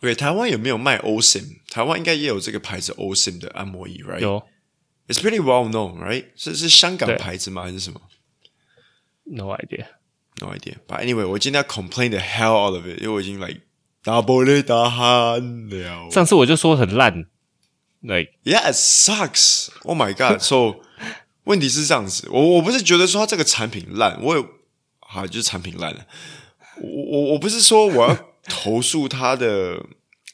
对，台湾有没有卖 Osim？台湾应该也有这个牌子 Osim 的按摩椅，right？It's 有 pretty well known，right？是是香港对牌子吗？还是什么？ no idea。 No idea. But anyway，我今天要 complain the hell out of it，因为我已经 like 打不了打鼾了。上次我就说很烂，like Yeah, it sucks. Oh my god. So 问题是这样子，我我不是觉得说它这个产品烂，我有啊，就是产品烂了。我我我不是说我要投诉它的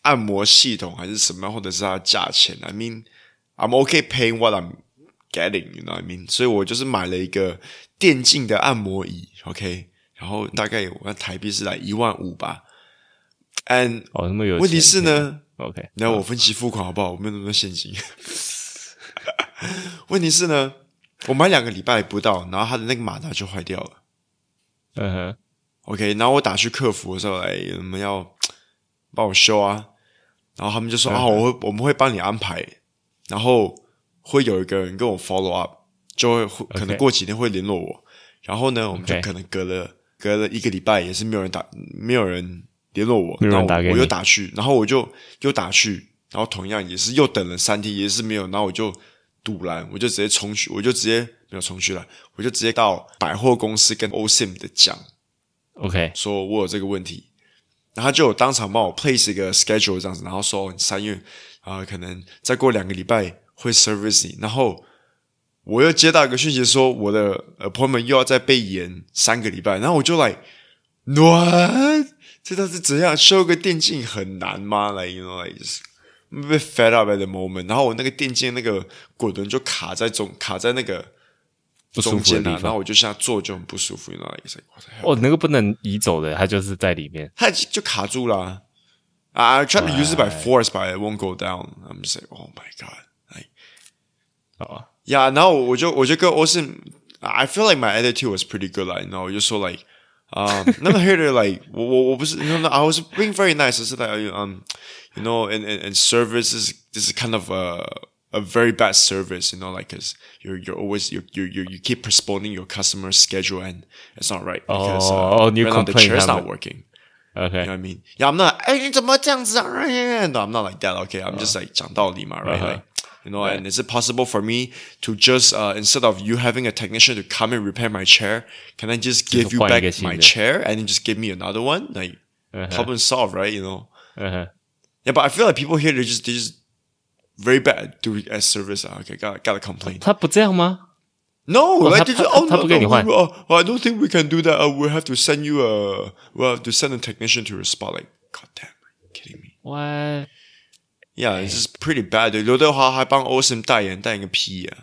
按摩系统还是什么，或者是它的价钱。I mean, I'm okay paying what I'm getting. You know what I mean? 所以我就是买了一个电竞的按摩椅，OK，然后大概我看台币是来一万五吧。And 哦那么有钱。问题是呢？ ，OK，你要我分期付款好不好？我没有那么多现金。 问题是呢，我买两个礼拜不到，然后他的那个马达就坏掉了。嗯哼， OK，然后我打去客服的时候，哎，你们要帮我修啊，然后他们就嗯说啊，我会我们会帮你安排，然后会有一个人跟我 follow up，就会会可能 OK 过几天会联络我，然后呢，我们就 OK 可能隔了隔了一个礼拜，也是没有人打，没有人联络我，没有人然后打给我你又打去，然后我就又打去，然后同样也是又等了三天，也是没有，然后我就堵拦，我就直接冲去，我就直接没有冲去了，我就直接到百货公司跟 OSIM 的讲。 ，OK，说我有这个问题，然后他就有当场帮我 place 一个 schedule 这样子，然后说哦你三月啊、可能再过两个礼拜会 service 你，然后我又接到一个讯息说我的 appointment 又要再被延三个礼拜，然后我就来暖，这到底是怎样？修个电竞很难吗？来、you know like just- I'm a bit fed up at the moment，然后我那个电竞那个滚轮就卡在中卡在那个。不舒服中间的地啊，方然后我就现在坐就很不舒服，你知道吗？It's like, what the hell？哦，那个不能移走的，它就是在里面。它就卡住了、啊。I tried to use it by force, but it won't go down. I'm just like, oh my god. 哦 Yeah，然后我就我就跟 Austin, I feel like my attitude was pretty good, like, you know, 我就说 like, um, not here to like, 我我我不是，no no, I was being very nice. I said that, um, you know, and and and service is this is kind of a a very bad service, you know, like, cause you're you're always you you you you keep postponing your customer schedule and it's not right because Oh, uh, you right now the complain chair's how not much- working. You know ，OK，嗯 what I mean? Yeah, I'm not. 哎，你怎么这样子啊？No, I'm not like that. Okay, I'm just like 讲道理嘛，right? Uh-huh. Like, you know, and is it possible for me to just uh instead of you having a technician to come and repair my chair, can I just give you 换一 back 个新 my 的 chair and you just give me another one? Like 嗯哼 problem solved, right? You know? 嗯哼 Yeah, but I feel like people here they just they just very bad at doing as service. ah. Okay, got gotta complain. 他不这样吗？ No, like 他 they just 他 oh 他 no, 不给你 no, 换 we- oh, I don't think we can do that. Uh, we'll have to send you a we'll have to send a technician to your spot. Like, god damn, are you kidding me? 哇， Yeah, it's just pretty bad. 刘德华还帮 Ocean 代言，代言个屁 呀、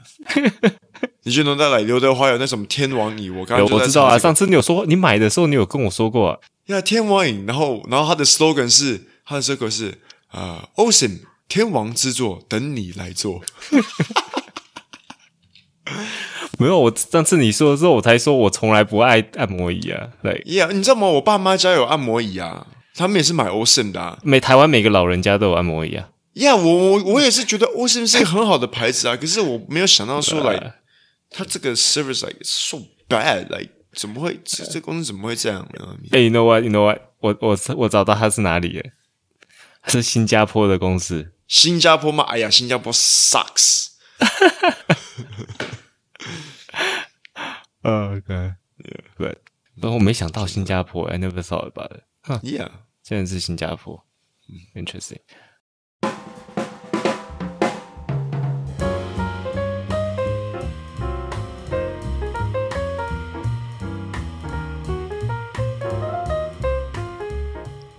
你就能带来刘德华有那什么天王椅，我刚有刚就我在知道啊，查这个上次你有说你买的时候，你有跟我说过啊，呀、天王椅，然后然后他的 slogan 是他的 slogan 是呃 Ocean 天王之作，等你来做。没有，我上次你说的时候，我才说我从来不爱按摩椅啊。对， Yeah，你知道吗？我爸妈家有按摩椅啊，他们也是买 Ocean 的、啊。每台湾每个老人家都有按摩椅啊。 Yeah，我我我也是觉得 Ocean 是一个很好的牌子啊，可是我没有想到说来、呃他这个 service like it's so bad，like 怎么会这这公司怎么会这样？You know what I mean？哎、y o u know what？You know what？我我我找到它是哪里了？它是新加坡的公司。新加坡嘛，哎呀，新加坡 sucks。呃 OK，对。但我没想到新加坡，I never thought about it。 Yeah，竟然是新加坡，interesting。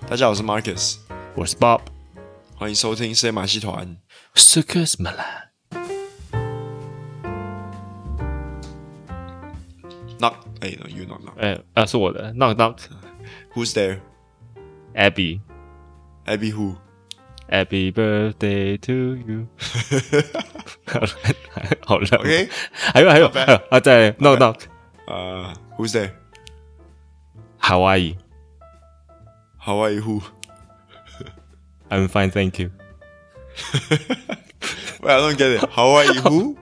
大家好，我是 Marcus，我是 Bob。欢迎收听 C 马戏团。 Circus Malan。 Knock，哎，no you not knock。哎、啊，是我的。Knock knock。 Who's there? Abby。 Abby who? Happy birthday to you！好了，好了 OK，还有还有还有啊，在 no no 呃、w h o s there? 夏威夷 How are you? Who? ，I'm fine thank you。 Wait, I don't get it. How are you? Who?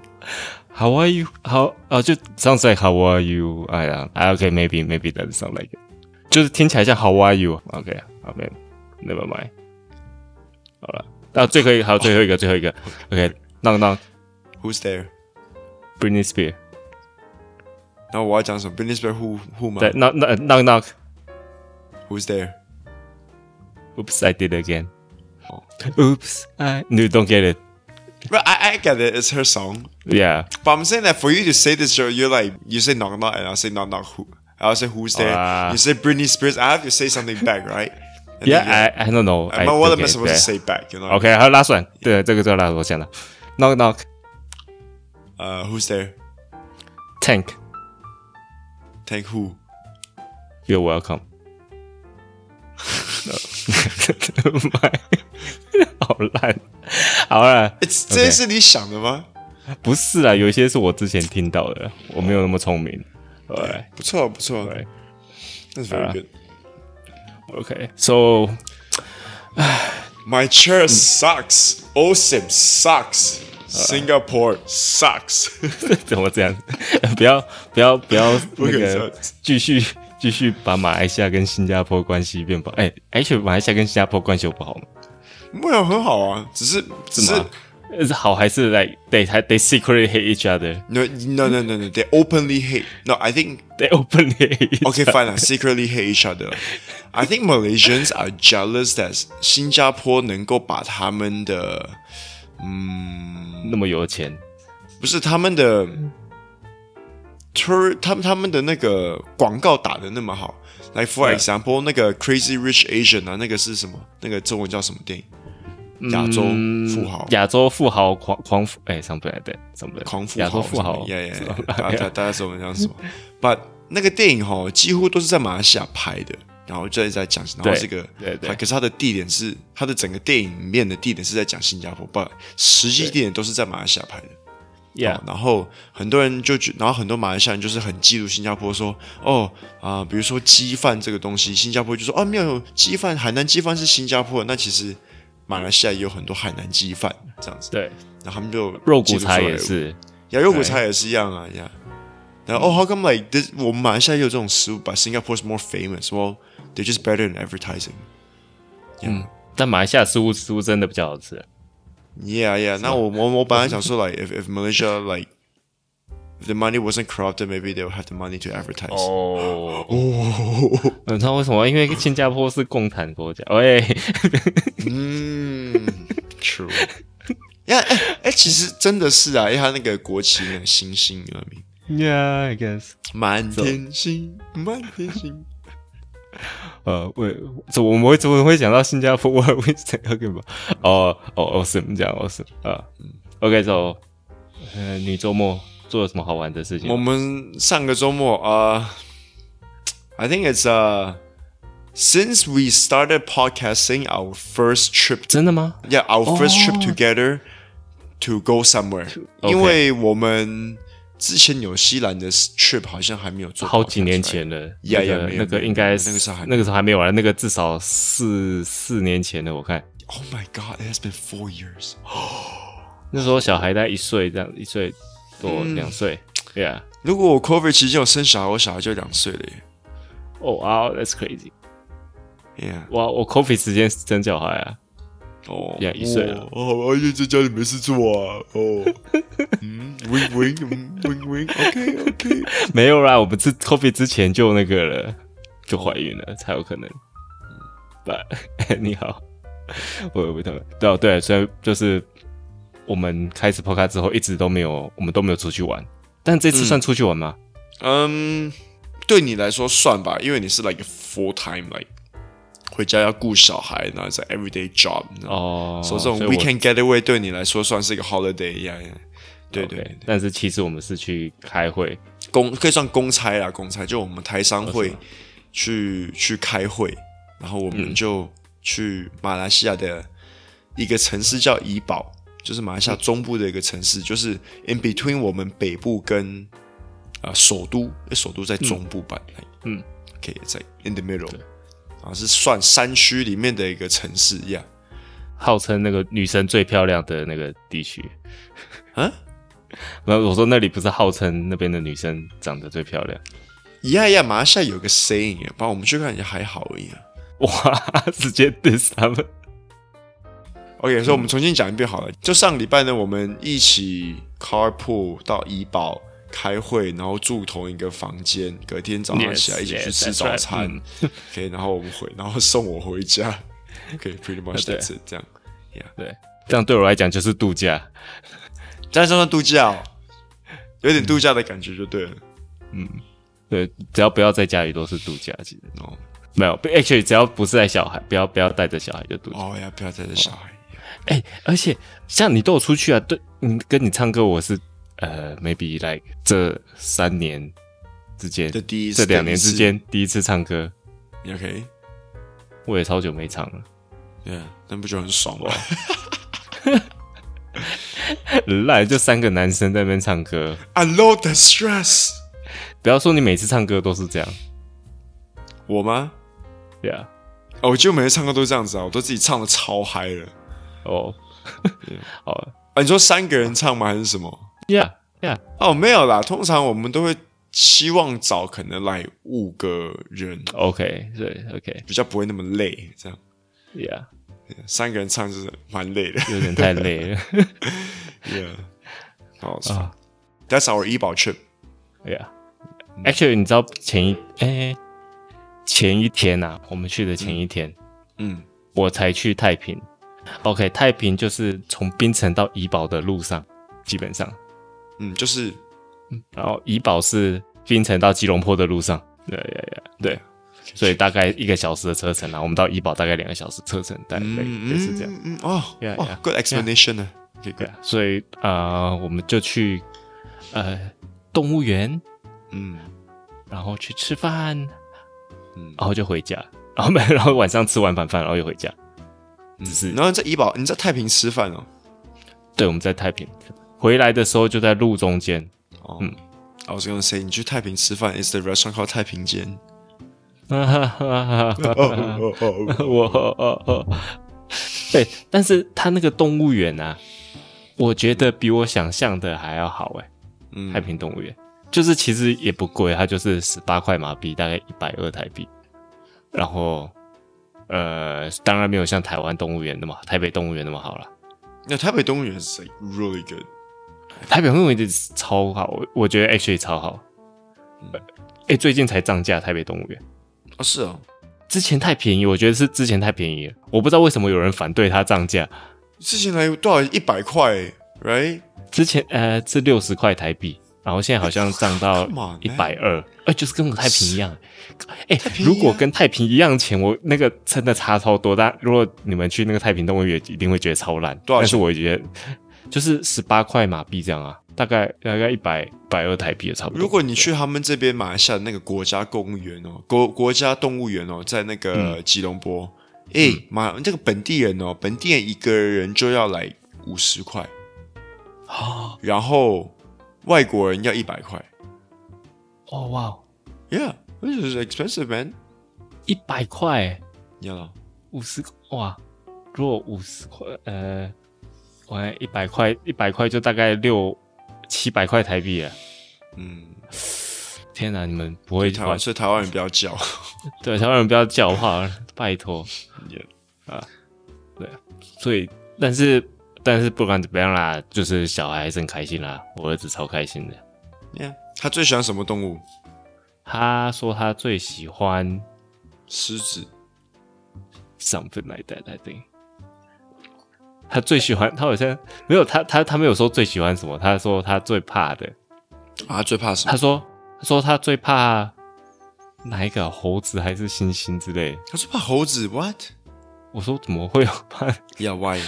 How are you? How 啊，就 sounds like how are you？哎 Ah, 呀，哎，OK maybe maybe that sound like，it. 就是听起来像 How are you？OK，OK，Never mind。那最后一个，还有最后一个，最后一个，OK，那那 Who's there？ Britney Spears，然后我要讲什么？Britney Spears who who 吗对，那那那那？Who's there？ Oops, I did again. Oh. Oops, I no, don't get it. But I I get it. It's her song. Yeah, But I'm saying that for you to say this, you're, you're like you say knock knock, and I'll say knock knock who. I'll say who's there. Ah. you say Britney Spears. I have to say something back, right? And then yeah, I I don't know. you're- I my wallet forget am I supposed to that. say back? You know. OK，还有 last one，对，这个就是 last one，我想了。Knock knock Uh, who's there? tank, Thank who? you're welcome. 好烂，好了， It's Okay. 这是你想的吗？不是啦，有一些是我之前听到的，我没有那么聪明。Alright, 不错不错 Right. That's very Ah. good. OK, so My chair sucks. OSIM sucks. Singapore sucks. 怎么这样？ 不要不要 不要那可以这个样继续继续把马来西亚跟新加坡关系变不好。哎、而且马来西亚跟新加坡关系有不好吗？没有很好啊，只是只是吗是好还是 like they 还 they secretly hate each other? no no no no no they openly hate no I think They openly hate. okay fine lah, secretly hate each other. I think Malaysians are jealous that 新加坡能够把他们的那么有钱，不是他们的 tour 他们他们的那个广告打的那么好。来、like、，for example，、那个 Crazy Rich Asian 啊，那个是什么？那个中文叫什么电影？亚洲富豪。嗯亚洲富豪狂狂富，哎、上不来的，上不来，狂富亚洲富豪，耶耶是吧，大家大家知道我们讲什么？But 那个电影哈，几乎都是在马来西亚拍的，然后就是在讲，然后对这个对对它可是它的地点是它的整个电影里面的地点是在讲新加坡，But 实际地点都是在马来西亚拍的。 Yeah，哦然后很多人就觉，然后很多马来西亚人就是很嫉妒新加坡说，哦啊、比如说鸡饭这个东西，新加坡就说哦没有鸡饭，海南鸡饭是新加坡的，那其实马来西亚也有很多海南鸡饭这样子，对，然后他们就肉嫉妒骨茶说也哎是，呀，肉骨茶也是一样啊，呀。然后哦，how come like this？我们马来西亚也有这种食物，but Singapore is more famous. Well, they're just better in advertising. 但马来西亚食物食物真的比较好吃。 Yeah, 啊 yeah. 那我我我本来想说，like if if Malaysia like if the money wasn't corrupted, maybe they would have the money to advertise. 哦哦，你知道为什么？因为新加坡是共产国家。 喂，嗯，true. Mm, Yeah，哎、eh, 哎其实真的是啊，因为它那个国旗那个星星，你明白吗？ Yeah, I guess. 满天星，满天星。呃，我怎我们会怎么会讲到新加坡？我会讲到干嘛？哦哦哦，是这样，哦是啊。OK，走、so,，呃，你周末做了什么好玩的事情我？们上个周末啊、i think it's uh since we started podcasting our first trip. 真的吗？ Yeah, our first trip together to go somewhere. Oh. Okay 因为我们之前纽西兰的 trip 好像还没有做，好几年。前了，呀呀没有那个那没个有应该那个时候还那个时候还没有啊玩，那个至少四四年前了。我看 Oh my god, it has been four years. 那时候小孩在一岁这样，一岁多嗯两岁。Yeah，如果我 COVID 期间有生小孩，我小孩就两岁了耶。哦哇，That's crazy！ Yeah，哇，我 coffee 时间是真小孩啊。 哦，呀一岁了哦，哦，又在家里没事做啊， 哦，嗯，wing wing，嗯，wing wing，OK OK，没有啦，我们是 coffee 之前就那个了，就怀孕了才有可能。But 你好，我我他们对啊对，所以就是我们开始 podcast 之后，一直都没有，我们都没有出去玩。但这次算出去玩吗？嗯，对你来说算吧，因为你是 like full time like 回家要顾小孩，然后在 everyday job，哦，哦，所以这种我 weekend getaway 对你来说算是一个 holiday 一样。对对 OK，对，但是其实我们是去开会，公可以算公差啦，公差就我们台商会哦去去开会，然后我嗯们就去马来西亚的一个城市叫怡保，就是马来西亚中部的一个城嗯市，就是 in between 我们北部跟呃首都，因为首都在中部吧，嗯，OK，在 in the middle，啊是算山区里面的一个城市一样，号称那个女生最漂亮的那个地区。 啊，然后我说那里不是号称那边的女生长得最漂亮？呀呀，马来西亚有个 saying，耶 把我们去看也还好而已啊。哇，直接 diss 他们。 OK，所以我嗯们重新讲一遍好了。就上礼拜呢，我们一起 carpool 到怡保开会，然后住同一个房间，隔天早上 Yes, 起来一起去 yes, 吃 that's 早 right. 嗯餐。OK，然后我们回，然后送我回家。OK，pretty、much 对 that's it，这样。对，这样对我来讲就是度假。这样算算度假、哦，有点度假的感觉就对了。对，只要不要在家里都是度假，其实哦，没有不，actually 只要不是带小孩，不要不要带着小孩就度假。哦呀，不要再这小孩。哎、而且像你都有出去啊，对，你跟你唱歌，我是呃，maybe like 这三年之间，这第一次这两年之间第一次唱歌， ，OK，我也超久没唱了。对啊，那不就很爽吗？来就三个男生在那边唱歌， Unload the stress。不要说你每次唱歌都是这样，我吗？对啊，哦，我就每次唱歌都这样子啊，我都自己唱的超嗨了。哦， 好了啊，你说三个人唱吗？还是什么？ ，Yeah Yeah，哦，没有啦，通常我们都会希望找可能来五个人， OK，对，OK，比较不会那么累。这样 Yeah，三个人唱就是蛮累的。有点太累了 yeah，好爽。啊 That's our 医保 trip。 ，Yeah，Actually，你嗯知道前一哎、前一天啊，我们去的前一天，嗯，我才去太平。OK，太平就是从槟城到怡保的路上，基本上，嗯，就是然后怡保是槟城到吉隆坡的路上，对对对对，所以大概一个小时的车程啦，我们到怡保大概两个小时车程，大概嗯类似这样。嗯嗯哦 Yeah, 哦 yeah. ，Good explanation 呢。OK 对 good。啊，所以啊、呃我们就去呃动物园，嗯然后去吃饭，嗯然后就回家，然后没，然后晚上吃完晚饭，然后又回家。嗯只是然后在医保，你在太平吃饭哦。对，我们在太平回来的时候就在路 中间，哦。I 嗯 was gonna say，你去太平吃饭，is the restaurant called 太平间。哈哈哈哈哦哈！哦哦，我哦哦，对，但是他那个动物园啊，我觉得比我想象的还要好哎、嗯 太平动物园就是其实也不贵，它就是十八块马币，大概一百二台币。然后，呃，当然没有像台湾动物园那么台北动物园那么好了。那台北动物园是 like really good。台北动物园真的是超好，我我觉得 H 也超好。哎、最近才涨价台北动物园。哦，是哦，之前太便宜，我觉得是之前太便宜了，我不知道为什么有人反对它涨价。之前来多少一百块，right？欸之前呃是六十块台币，然后现在好像涨到哎 Come on, 一百二，哎，就是跟太平一样。哎、平一样如果跟太平一样钱，我那个真的差超多。但如果你们去那个太平动物园，一定会觉得超烂。多少钱但是我觉得就是十八块马币这样啊，大概大概一百百二台币也差不多。如果你去他们这边马来西亚那个国家公园哦，国国家动物园哦，在那个吉隆坡，诶，马这个本地人哦，本地人一个人就要来五十块，哦然后外国人要一百块哦哇， ，Yeah，this is expensive man。一百块你知道吗五十哇，如果五十块呃，我一百块一百块就大概六七百块台币了。啊嗯，天哪，你们不会台玩湾所以台湾人不要叫，对，台湾人不要叫话， 拜托 Yeah. 啊，对，所以但是但是不管怎么样啦，就是小孩还是很开心啦，我儿子超开心的。 Yeah，他最喜欢什么动物？他说他最喜欢狮子。 something like that, I think。他最喜欢，他好像没有他他他没有说最喜欢什么，他说他最怕的，啊，他最怕什么？他说他说他最怕哪一个猴子还是猩猩之类的。他说怕猴子。What？Yeah，why？我说怎么会有怕？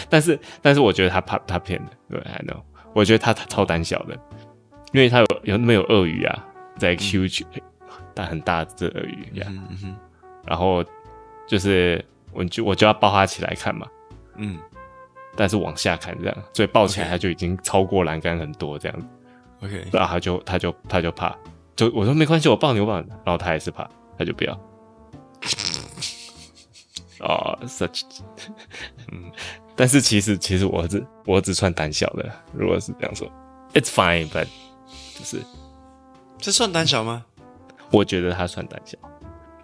但是但是我觉得他怕他骗的，对，I know，我觉得他他超胆小的，因为他有有那边有鳄鱼啊，在 huge 大很大只的鳄鱼呀、嗯嗯哼然后就是我就我就要抱它起来看嘛，嗯但是往下看这样，所以抱起来 OK 它就已经超过栏杆很多这样子， ，OK，然后它就它就它就怕，就我说没关系，我抱你我抱你，然后它还是怕，它就不要。哦、such，嗯，但是其实其实我儿子我儿子算胆小的，如果是这样说，It's fine，but 就是这算胆小吗我觉得他算胆小，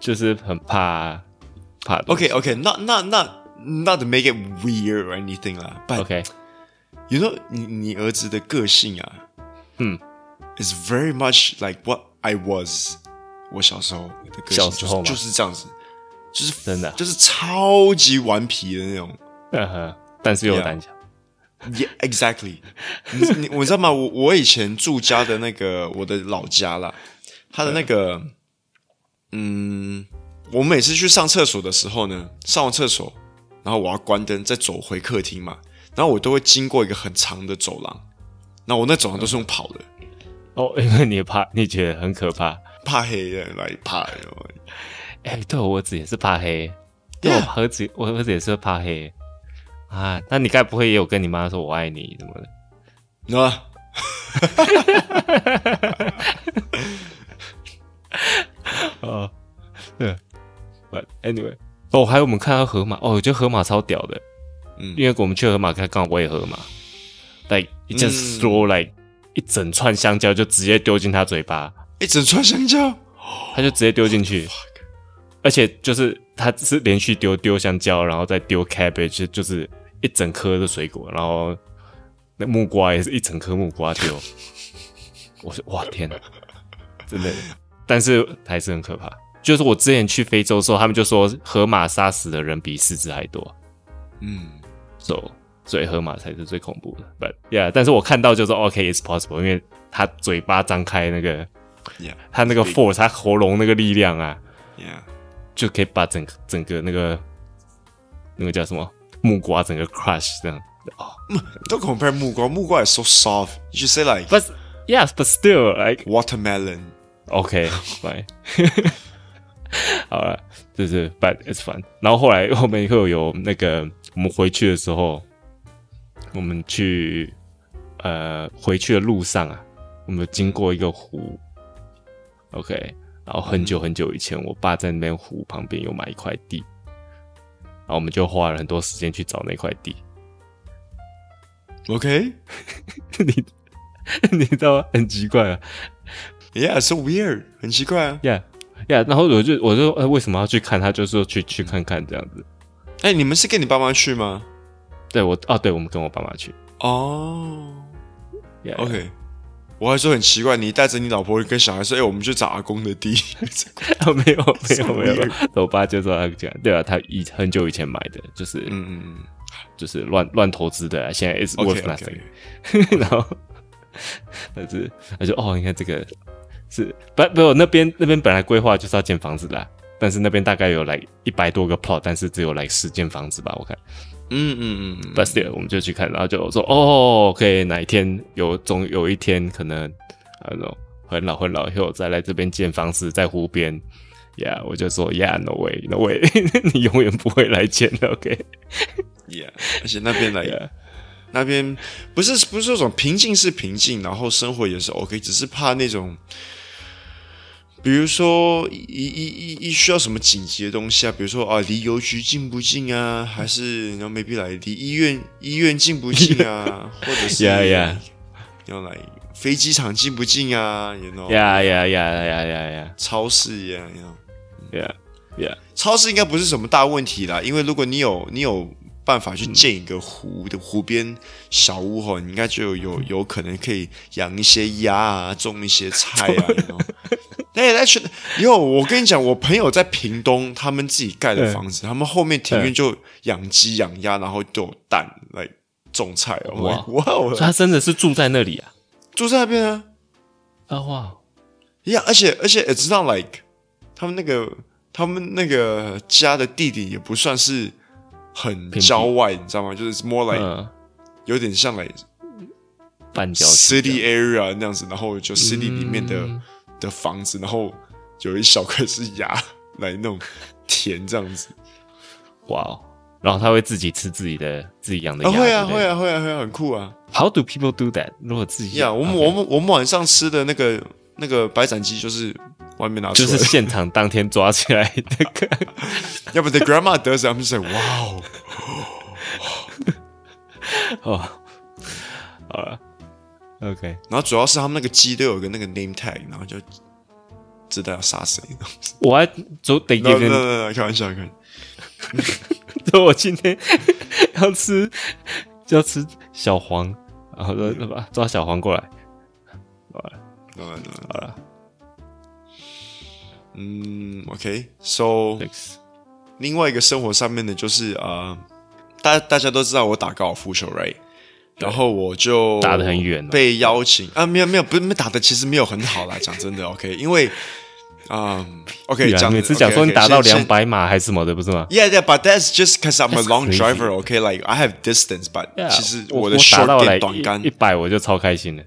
就是很怕怕的。哦？OK，OK，那那那 not to make it weird or anything 啦，but OK， you know 你你儿子的个性啊，嗯，is very much like what I was，我小时候的个性小就是时候吗就是这样子，就是真的啊就是超级顽皮的那种。嗯哼，但是又有胆小。 Yeah, exactly 你。你我知道吗？我我以前住家的那个我的老家啦，他的那个，嗯，我每次去上厕所的时候呢，上完厕所，然后我要关灯，再走回客厅嘛，然后我都会经过一个很长的走廊，那我那走廊都是用跑的，哦，因为你怕，你觉得很可怕。怕黑的来怕的，哎、对我儿子也是怕黑，对我儿子，我儿子也是怕黑啊。那你该不会也有跟你妈说我爱你什么的？你知道吗？哦，对，But anyway，哦，还有我们看到河马，哦，我觉得河马超屌的，嗯因为我们去河马看，刚好我也河马，like it just throw like 一整串香蕉就直接丢进他嘴巴，一整串香蕉，他就直接丢进去，而且就是他是连续丢丢香蕉，然后再丢 cabbage，就是一整颗的水果，然后那木瓜也是一整颗木瓜丢，我说哇天哪，真的，但是还是很可怕。就是我之前去非洲的时候，他们就说河马杀死的人比狮子还多嗯， ，so 所以河马才是最恐怖的。But yeah，但是我看到就是 OK，it's、possible，因为它嘴巴张开那个， Yeah，它那个 force，它喉咙那个力量啊， yeah，就可以把整个整个那个那个叫什么木瓜整个 crush 这样。都 compare 木瓜，木瓜也 so soft，you should say like But yes, but still like watermelon。 OK fine 。 好了，就是 but it's fun。然后后来我们又有那个我们回去的时候，我们去呃回去的路上啊，我们有经过一个湖，OK。然后很久很久以前，我爸在那边湖旁边有买一块地，然后我们就花了很多时间去找那块地。 OK，Yeah，so 你 你知道吗很奇怪啊， weird，很奇怪啊。呀呀，然后我就我就呃为什么要去看？他就说去去看看这样子。哎、你们是跟你爸妈去吗？对我哦，对我们跟我爸妈去。哦、 Yeah, o k 我还说很奇怪，你带着你老婆跟小孩说，哎、我们去找阿公的地。啊没有没 So 有没有 weird，我爸就说他这样，对啊，他以很久以前买的，就是、 嗯嗯嗯就是乱乱投资的啊，现在 is ，OK worth OK，, nothing。然 后，但是他就哦，你看这个是不不，那边那边本来规划就是要建房子的啊、但是那边大概有来一百多个 plot，但是只有来十间房子吧，我看。嗯嗯嗯 But still，我们就去看，然后就说哦，可以哪一天有总有一天可能那种很老很老以后再来这边建房子，在湖边。Yeah，我就说 Yeah，no way，no way，你 永远不会来建的，OK？Yeah， ，Yeah，而且那边 来那边不是不是那种平静是平静，然后生活也是 OK，只是怕那种，比如说一一一一需要什么紧急的东西啊，比如说啊离邮局近不近啊，还是然后 maybe 来离医院医院近不近啊，或者是 Yeah, yeah. 要来飞机场近不近啊，you know， ，Yeah，Yeah，Yeah，Yeah，Yeah，Yeah，Yeah，超市呀、y o u know，超市应该不是什么大问题啦，因为如果你有你有办法去建一个湖的湖边小屋吼，你应该就有有可能可以养一些鸭啊，种一些菜 啊。you know 哎，那去，因为我跟你讲，我朋友在屏东，他们自己盖的房子，他们后面庭院就养鸡、养鸭，然后就有蛋来种菜。哇哇哇所以哦，他真的是住在那里啊？住在那边啊，啊哇，呀，而且而且 it's not like 他们那个他们那个家的地点也不算是很僻郊外，你知道吗？就是 it's more like、嗯，有点像 like 半郊区这 city 样 area 那样子，然后就 city 里面的、嗯的房子，然后有一小块是崖来弄田这样子。哇哦，然后他会自己吃自己的自己养的啊，鸭，会啊对不对会啊会啊会啊，很酷啊！ How do people do that？如果自己啊呀、我们 OK 我们我们晚上吃的那个那个白斩鸡就是外面拿出就来的，是现场当天抓起来那个，要不 the grandma does it，I'm just like wow。哦，好了，OK，然后主要是他们那个鸡都有个那个 name tag，然后就知道要杀谁。 我还走得 no, no, 给 no, 人 no, no, 开玩笑，开玩笑。说 我今天要吃要吃小黄，然后说那把抓小黄过来，当然了，好了嗯，OK，so、 ，thanks，另外一个生活上面的，就是啊、呃大大家都知道我打高尔夫球，right？然后我就打得很远哦被邀请啊，没有没有，不是没打的，其实没有很好啦，讲真的，OK，因为啊、o k 对啊讲每次讲说你打到两百百码还是什么的，不是吗？ ，Yeah, yeah, but that's just because I'm a That's long crazy. driver, OK? Like I have distance, but 其实啊我的打 short 到跟来短杆一百我就超开心的，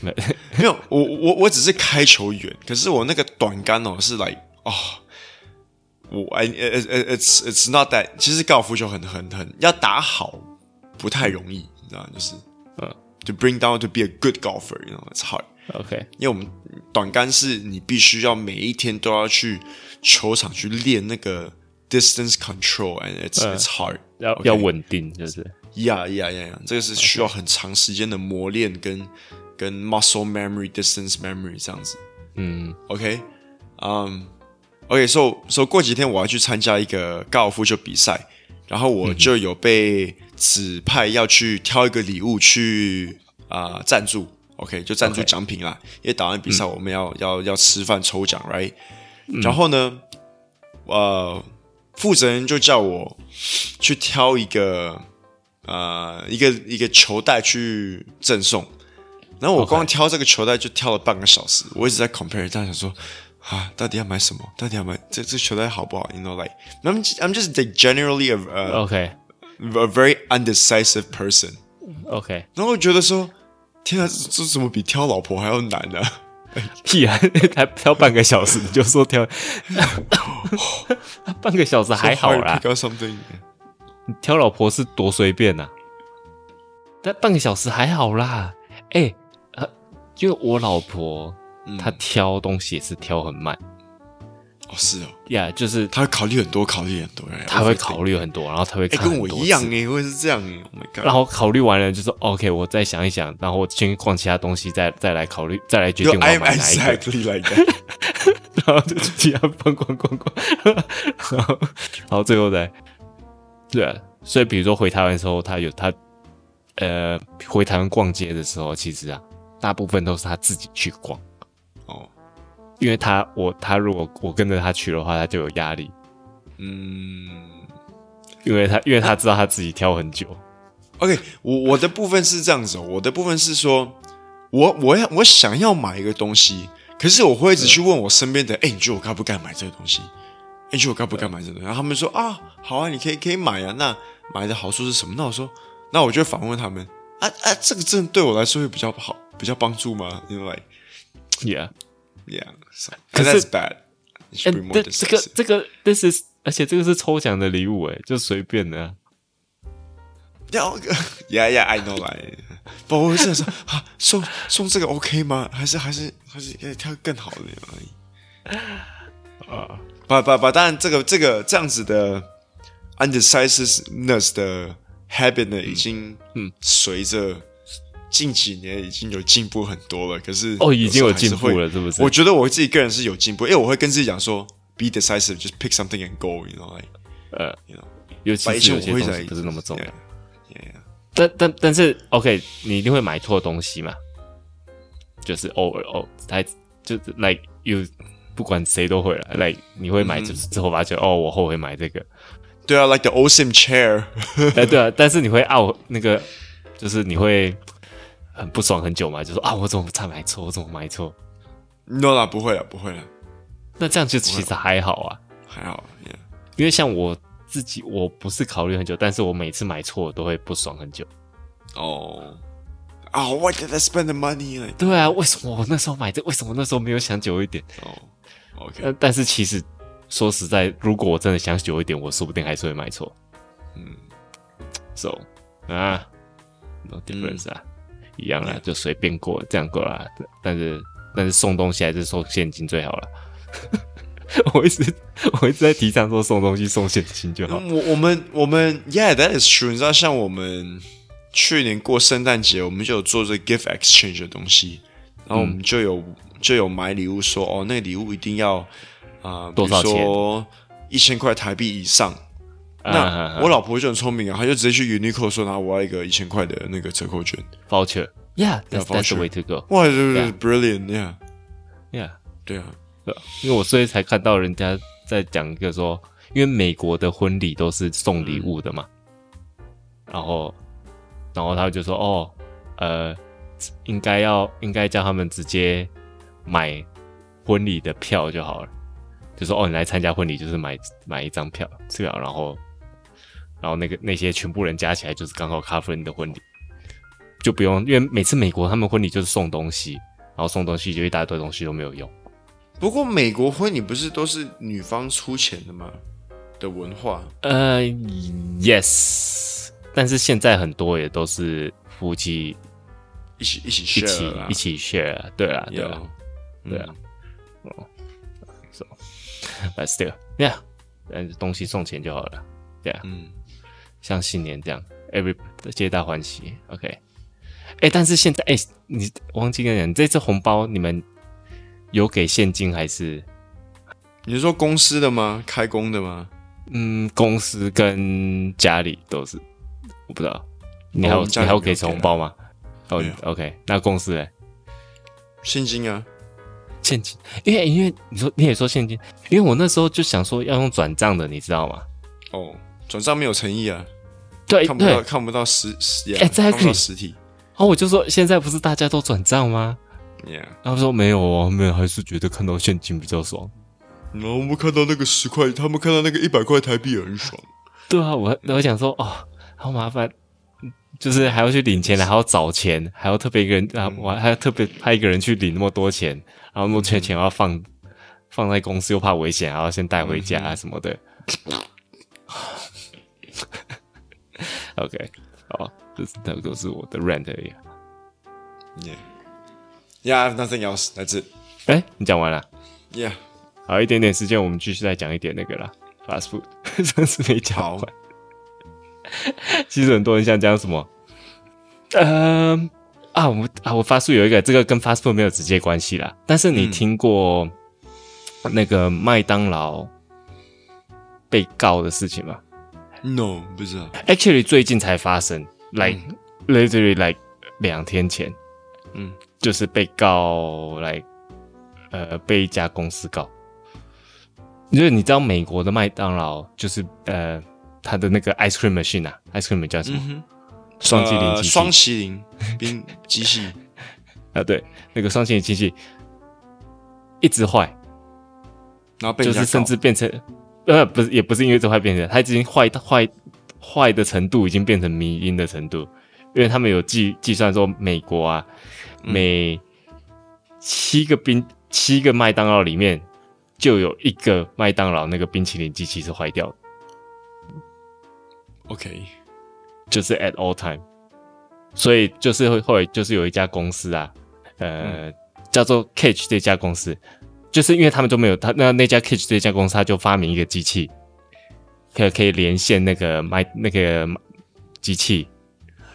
没有，我我我只是开球员，可是我那个短杆哦是来哦，我 I it it- it's it's not that，其实高尔夫球很很很要打好不太容易，你知道吗就是嗯，to bring down to be a good golfer，you know it's hard， ，OK，因为我们短杆是你必须要每一天都要去球场去练那个 distance control，and it's、嗯 it's hard，要 OK 要稳定，就是呀呀呀呀，这个是需要很长时间的磨练跟跟 muscle memory、distance memory 这样子。嗯 OK，嗯、o k 所、so, 所、过几天我要去参加一个高尔夫球比赛，然后嗯我就有被指派要去挑一个礼物去啊、赞助，OK，就赞助 OK 嗯奖品啦因为打完比赛我们要、要要吃饭抽奖，right？、然后呢，呃，负责人就叫我去挑一个呃一个一个球袋去赠送。然后我 OK 光挑这个球袋就挑了半个小时，我一直在 compare，但想说啊，到底要买什么？到底要买这这球袋好不好？You know, like I'm just, I'm just like generally a a, ，OK a very undecisive person。 OK，然后我觉得说，天啊，这这怎么比挑老婆还要难呢、屁啊，才挑半个小时你就说 挑，半个小时还 好 Hard 啦 to，pick out something. 你挑老婆是多随便呐、但半个小时还好啦，哎、呃，因为我老婆、她挑东西也是挑很慢哦，是哦，呀就是他会考虑很多，考虑很多，哎她会虑。考虑很多，然后她会哎、看跟很我多一样次哎、我也是这样哎、Oh my god！然后考虑完了就说 OK，我再想一想，然后我先逛其他东西，再再来考虑，再来决定就我要 I'm 买哪一个。 exactly like that。 然后就去其他逛逛逛逛，然后然后最后再对、啊，所以比如说回台湾的时候，他有他呃回台湾逛街的时候，其实啊大部分都是他自己去逛，哦，因为他我他如果我跟着他去的话，他就有压力，嗯。因为他因为他知道他自己挑很久， OK，我我的部分是这样子哦，我的部分是说，我我要我想要买一个东西，可是我会一直去问我身边的，哎、你觉得我该不该买这个东西？哎你觉得我该不该买这个东西？然后他们说啊，好啊，你可以可以买啊，那买的好处是什么？那我说，那我就会反问他们，啊啊，这个真的对我来说会比较好，比较帮助吗？因为 yeah， yeah，so, 可 and 是 that's bad. You 哎 should be，more 这这个 decisive. 这个 this is，而且这个是抽奖的礼物，哎，就随便的、啊，要 ，Yeah Yeah I know 啦。不，我是想说啊，送送这个 OK 吗？还是还是还是要挑更好的而已。啊，不不不，当然这个这个这样子的 undecisiveness 的 habit 呢，已经嗯随着近几年已经有进步很多了。可是哦已经有时候还是进步会了是不是我觉得我自己个人是有进步，因为我会跟自己讲说，be decisive，just pick something and go，you know，like 呃， you know，尤其白是天有我些会东在西不是那么重要 Yeah,。yeah, yeah. 但但但是，OK，你一定会买错东西嘛？就是偶尔哦，他就是 like you，不管谁都会了，like 你会买，就是之后发觉、哦，我后悔买这个， 对啊，like the awesome chair 哎对啊，但是你会懊那个，就是你会很不爽很久嘛，就说啊，我怎么差买错，我怎么买错？ No 啦，不会了，不会了，那这样就其实还好啊，还好。Yeah. 因为像我自己，我不是考虑很久，但是我每次买错都会不爽很久。哦，啊，Why did I spend the money? Like, 对啊，为什么我那时候买这？为什么那时候没有想久一点？哦，OK，但呃但是其实说实在，如果我真的想久一点，我说不定还是会买错。嗯，so 啊，no difference 啊，一样啦，就随便过这样过啦。但是但是送东西还是收现金最好了。 我一直我一直在提倡说送东西送现金就好。呃我我们我们，Yeah，that is true。你知道，像我们去年过圣诞节，我们就有做这 gift exchange 的东西，然后我们就有、就有买礼物说，哦，那个礼物一定要啊、呃多少比如说一千块台币以上，啊那我老婆就很聪明啊，她就直接去 Uniqlo 说拿我要一个一千块的那个折扣券。 voucher。Yeah, that's that's voucher the way to go. 哇，就是对啊 brilliant，yeah， Yeah，对啊，对因为我所以才看到人家在讲一个说，因为美国的婚礼都是送礼物的嘛，然后然后他就说哦，呃，应该要应该叫他们直接买婚礼的票就好了，就说哦，你来参加婚礼就是买买一张票，这样然后然后那个那些全部人加起来就是刚好 cover 你的婚礼，就不用，因为每次美国他们婚礼就是送东西，然后送东西就一大堆东西都没有用。不过美国婚礼不是都是女方出钱的吗？的文化，呃，yes，但是现在很多也都是夫妻一起一起 share 一起啦一起 share，啊对啦，对啦 Yeah，对啊，哦，so but still，yeah，但是东西送钱就好了，对啊，嗯，像新年这样，every 皆大欢喜，OK，哎、诶但是现在哎、诶你忘记跟你讲，你这次红包你们有给现金还是你是说公司的吗？开工的吗？嗯公司跟家里都是，我不知道，你哦还我有、们你家里还有没有给给红啊包吗？哦没有，OK，那公司嘞？现金啊，现金，因为因为你说你也说现金，因为我那时候就想说要用转账的，你知道吗？哦，转账没有诚意啊，对看不哎对，到然看不到实实，哎 yeah，这还看可以不到实体后我就说现在不是大家都转账吗？ ，yeah，然后他说没有啊，没有，还是觉得看到现金比较爽。然后我们看到那个十块，他们看到那个一百块台币也很爽，对啊，我我想说哦，好麻烦，就是还要去领钱，还要找钱，还要特别一个人啊，我还要特别派一个人去领那么多钱，然后那么多钱钱要放放在公司又怕危险，还要先带回家啊什么的。OK，好，这是那都是我的 rent 而已。 ，yeah，yeah，I have nothing else，that's 哎，你讲完了， it，yeah，好一点点时间，我们继续再讲一点那个啦，fast food，真 是没讲好完。其实很多人想讲什么，嗯、啊，我啊，我 fast food 有一个，这个跟 fast food 没有直接关系啦。但是你听过那个麦当劳被告的事情吗，no，不知道， ？Actually，最近才发生，like、literally like 两天前，嗯，就是被告来，呃，被一家公司告。就是你知道美国的麦当劳，就是呃，它的那个 ice cream machine 啊，ice cream 叫什么？哼双激凌嗯呃机器。双麒麟冰机 器，啊，对，那个双性机器一直坏，然后被就人家是甚告至变成呃不是也不是因为这坏变成，它已经坏到坏坏的程度已经变成迷因的程度，因为他们有计计算说美国啊每七个冰七个麦当劳里面就有一个麦当劳那个冰淇淋机器是坏掉的， ，OK，就是 at all time，所以就是会后来就是有一家公司啊，呃，叫做 Cage 这家公司，就是因为他们都没有他那那家 Cage 这家公司，他就发明一个机器，可以可以连线那个麦那个机器，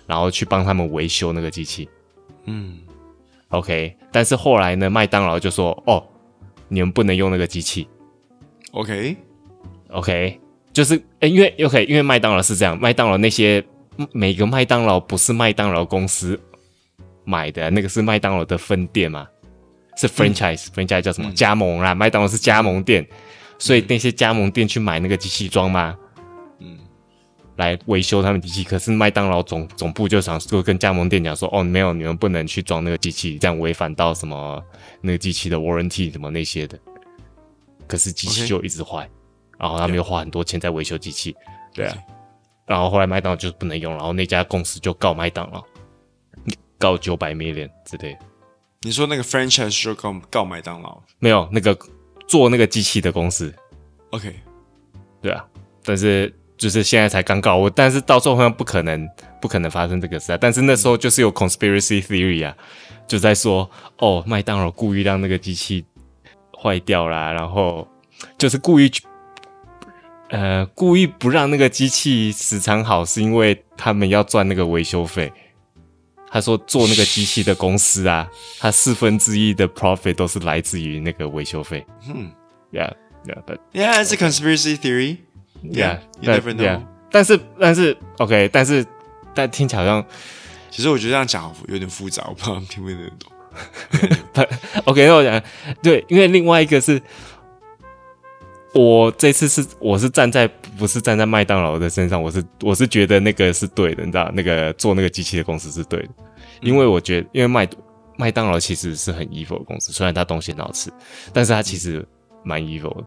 然后去帮他们维修那个机器。嗯 OK，但是后来呢，麦当劳就说哦，你们不能用那个机器。 ，OK， OK，就是、诶因为 OK，因为麦当劳是这样，麦当劳那些嗯每个麦当劳不是麦当劳公司买的，啊那个是麦当劳的分店嘛，是嗯 franchise，franchise、叫什么？加盟啦，麦当劳是加盟店，所以那些加盟店去买那个机器装嘛，嗯来维修他们机器。可是麦当劳总总部就想就跟加盟店讲说，哦，没有，你们不能去装那个机器，这样违反到什么那个机器的 warranty 什么那些的。可是机器 OK 就一直坏然后他们又花很多钱在维修机器，对啊 OK。然后后来麦当劳就不能用，然后那家公司就告麦当劳，告九百 million 之类的。你说那个 franchise 就告告麦当劳没有那个做那个机器的公司， ，OK，对啊，但是就是现在才刚告我，但是到时候好像不可能，不可能发生这个事啊。但是那时候就是有 conspiracy theory 啊，就在说哦，麦当劳故意让那个机器坏掉啦，然后就是故意去呃故意不让那个机器时常好，是因为他们要赚那个维修费。他说做那个机器的公司啊，它四分之一的 profit 都是来自于那个维修费。嗯嗯，Yeah，Yeah，but ，Yeah，it's a conspiracy theory， Yeah, you never but- know. yeah. 但是但是 OK，但是但听起来好像其实我觉得这样讲好有点复杂，我不知道他们听不听得懂。 OK，那我讲对，因为另外一个是，我这次是我是站在不是站在麦当劳的身上，我是我是觉得那个是对的，你知道那个做那个机器的公司是对的，因为我觉得因为麦麦当劳其实是很 evil 的公司，虽然它东西很好吃，但是它其实蛮 evil 的。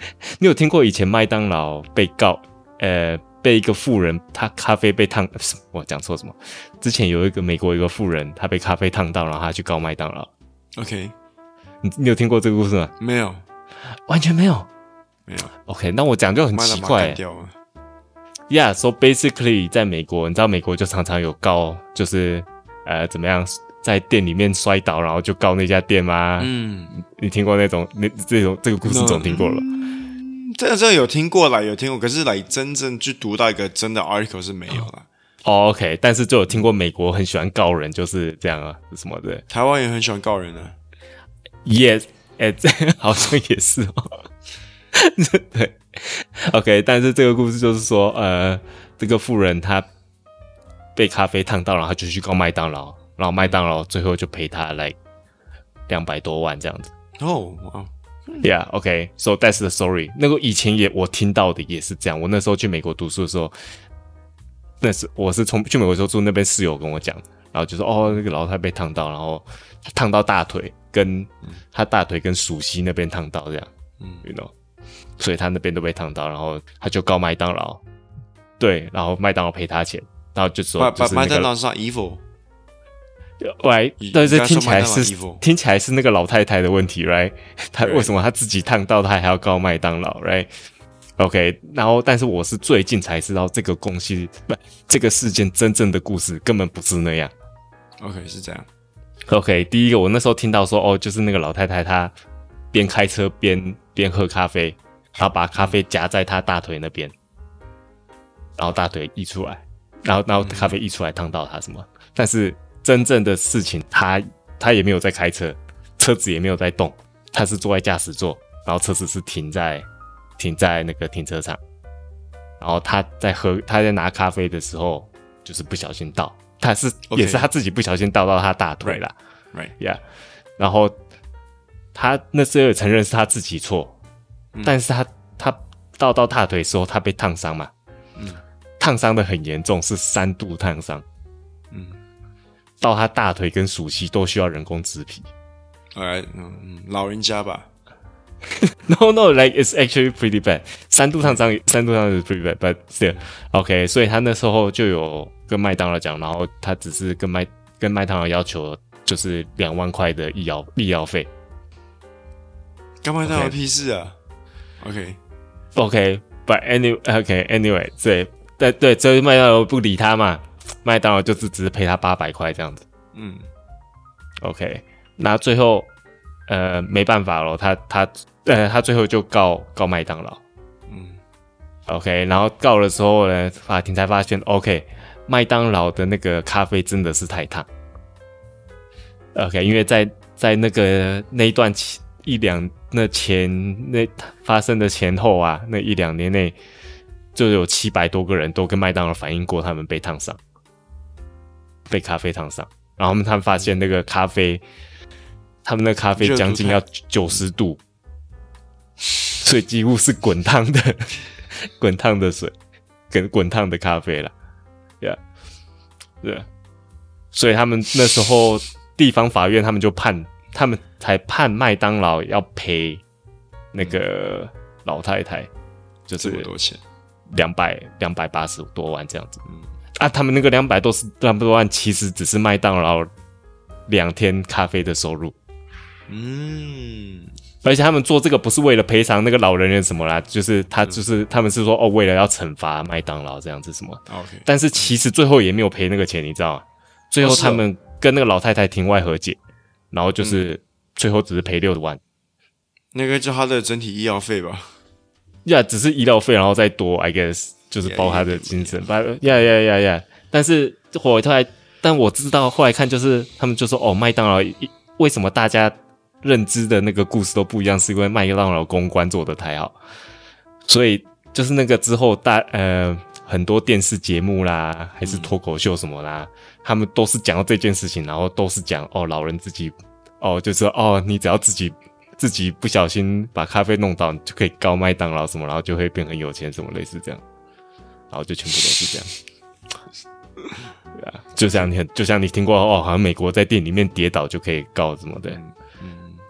你有听过以前麦当劳被告呃？被一个富人，他咖啡被烫， 不是我讲错什么？之前有一个美国有一个富人，他被咖啡烫到，然后他去告麦当劳， OK，你你有听过这个故事吗？没有完全没有。没有， OK，那我讲就很麦奇当劳怪干。掉了。 Yeah, so basically，在美国，你知道美国就常常有告，就是呃怎么样在店里面摔倒，然后就告那家店吗？嗯，你听过那种那这种这个故事总听过了吧？这个真的有听过啦，有听过，可是来真正去读到一个真的 article 是没有啦。哦、o k 但是就有听过美国很喜欢告人，就是这样啊什么的。台湾也很喜欢告人啊， Yes，哎、这 好像也是哦。 对，OK，但是这个故事就是说，呃，这个富人他被咖啡烫到，然后他就去告麦当劳，然后麦当劳最后就赔他来两百多万这样子。哦，哇 Yeah，OK，so、that's the story。那个以前也我听到的也是这样，我那时候去美国读书的时候，那是我是从去美国的时候住那边室友跟我讲，然后就说哦，那个老太被烫到，然后烫到大腿跟他大腿跟属膝那边烫到这样，嗯，you know，所以他那边都被烫到，然后他就告麦当劳，对，然后麦当劳赔他钱，然后就说把就把是那麦当个劳是 evil，喂，你但是你刚才嗯听说起来麦当劳是 evil 听起来是那个老太太的问题，right？她 Right 为什么她自己烫到，她还要告麦当劳，right？OK，、然后但是我是最近才知道这个公司不，这个事件真正的故事根本不是那样。 OK，是这样。 OK，第一个我那时候听到说，哦，就是那个老太太她边开车边边喝咖啡，然后把咖啡夹在她大腿那边，然后大腿溢出来，然后然后咖啡溢出来烫到她什么，但是真正的事情她她也没有在开车，车子也没有在动，她是坐在驾驶座，然后车子是停在停在那个停车场，然后她在喝她在拿咖啡的时候就是不小心倒。她是 OK 也是她自己不小心倒到她大腿啦 Right， ，Yeah，然后他那时候也承认是他自己错，但是他他到到大腿的时候，他被烫伤嘛，烫伤的很严重，是三度烫伤，嗯，到他大腿跟属膝都需要人工植皮。哎，嗯嗯，老人家吧， No, no, like it's actually pretty bad. 三度烫伤，三度烫伤是 pretty bad, but still OK。所以他那时候就有跟麦当劳讲，然后他只是跟麦跟麦当劳要求就是两万块的医药医药费。干麦当劳 OK 屁事啊？OK， OK，but anyway OK，anyway，对，对对，所以麦当劳不理他嘛，麦当劳就是只是赔他八百块这样子。嗯 OK，那最后呃没办法了，他他呃他最后就告告麦当劳。嗯 OK，然后告的时候呢，法庭才发现 OK，麦当劳的那个咖啡真的是太烫。OK，因为在在那个那一段期一两那前那发生的前后啊，那一两年内就有七百多个人都跟麦当劳反映过他们被烫伤，被咖啡烫伤，然后他们他们发现那个咖啡，他们的咖啡热度将近太要九十度，所以几乎是滚烫的 滚烫的水跟滚烫的咖啡啦。Yeah，对，所以他们那时候地方法院他们就判，他们才判麦当劳要赔那个老太太，就嗯这么是多钱，两百两百八十多万这样子。嗯啊，他们那个两百多是两百多万，其实只是麦当劳两天咖啡的收入。嗯而且他们做这个不是为了赔偿那个老人员什么啦，就是他嗯就是他们是说哦，为了要惩罚麦当劳这样子什么， ，OK，但是其实最后也没有赔那个钱，你知道吗？最后哦是哦他们跟那个老太太庭外和解，然后嗯就是最后只是赔六万，那个就他的整体医药费吧。呀、只是医疗费，然后再多，I guess 就是包他的精神，吧，呀呀呀呀！但是我后来，但我知道后来看就是他们就说哦，麦当劳一为什么大家认知的那个故事都不一样，是因为麦当劳公关做的太好，所以就是那个之后大呃很多电视节目啦，还是脱口秀什么啦，他们都是讲到这件事情，然后都是讲哦老人自己哦就是哦你只要自己自己不小心把咖啡弄倒，你就可以告麦当劳什么，然后就会变很有钱什么类似这样，然后就全部都是这样。对啊，就像你很就像你听过哦，好像美国在店里面跌倒就可以告什么的，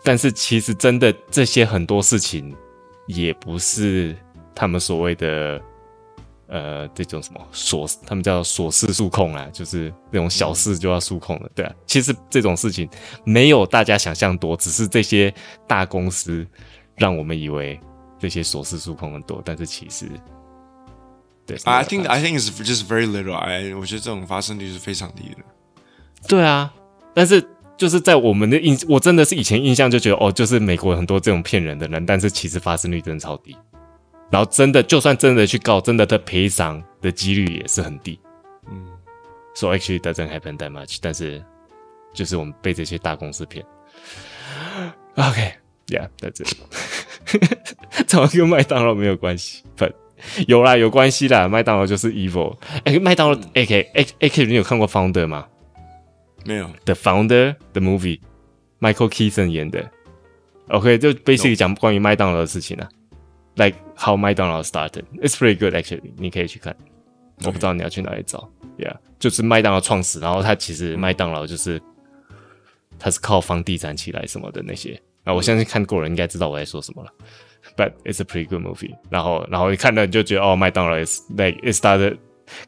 但是其实真的这些很多事情也不是他们所谓的呃这种什么琐，他们叫琐事诉控啦，就是那种小事就要诉控了。对啊，其实这种事情没有大家想象多，只是这些大公司让我们以为这些琐事诉控很多，但是其实对啊 I think I think it's just very little. I 我觉得这种发生率是非常低的。对啊，但是就是在我们的印，我真的是以前印象就觉得哦，就是美国很多这种骗人的人，但是其实发生率真的超低。然后真的，就算真的去告，真的的赔偿的几率也是很低。嗯 So actually it doesn't happen that much，但是就是我们被这些大公司骗。OK，yeah，that's、it 。 怎么跟麦当劳没有关系？But 有啦，有关系啦。麦当劳就是 evil。哎、麦当劳，A K A A K，你有看过 Founder 吗？没有 The Founder the movie Michael Keaton 演的。OK，就 basically 讲关于麦当劳的事情啊，like how 麦当劳 started。It's pretty good actually，你可以去看。我不知道你要去哪里找，Yeah，就是麦当劳创始，然后他其实麦当劳就是他是靠房地产起来什么的那些。啊，我相信看过了应该知道我在说什么了。But it's a pretty good movie。然后，然后一看到你就觉得，哦，麦当劳 is like it started。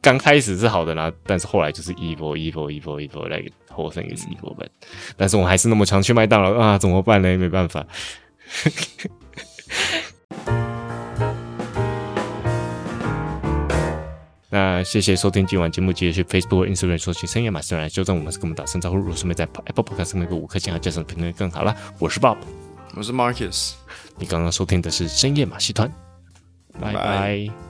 刚开始是好的啦，但是后来就是 evil evil evil evil，like whole thing is evil。But，但是我还是那么常去麦当劳啊，怎么办呢？没办法。 那谢谢收听今晚节目，记得去 Facebook、Instagram 搜寻“深夜马戏团”来纠正我们是跟我们打声招呼。如果顺便在 Apple Podcast 上面给五颗星和加上评论更好啦。我是 Bob，我是 Marcus。你刚刚收听的是《深夜马戏团》，拜拜拜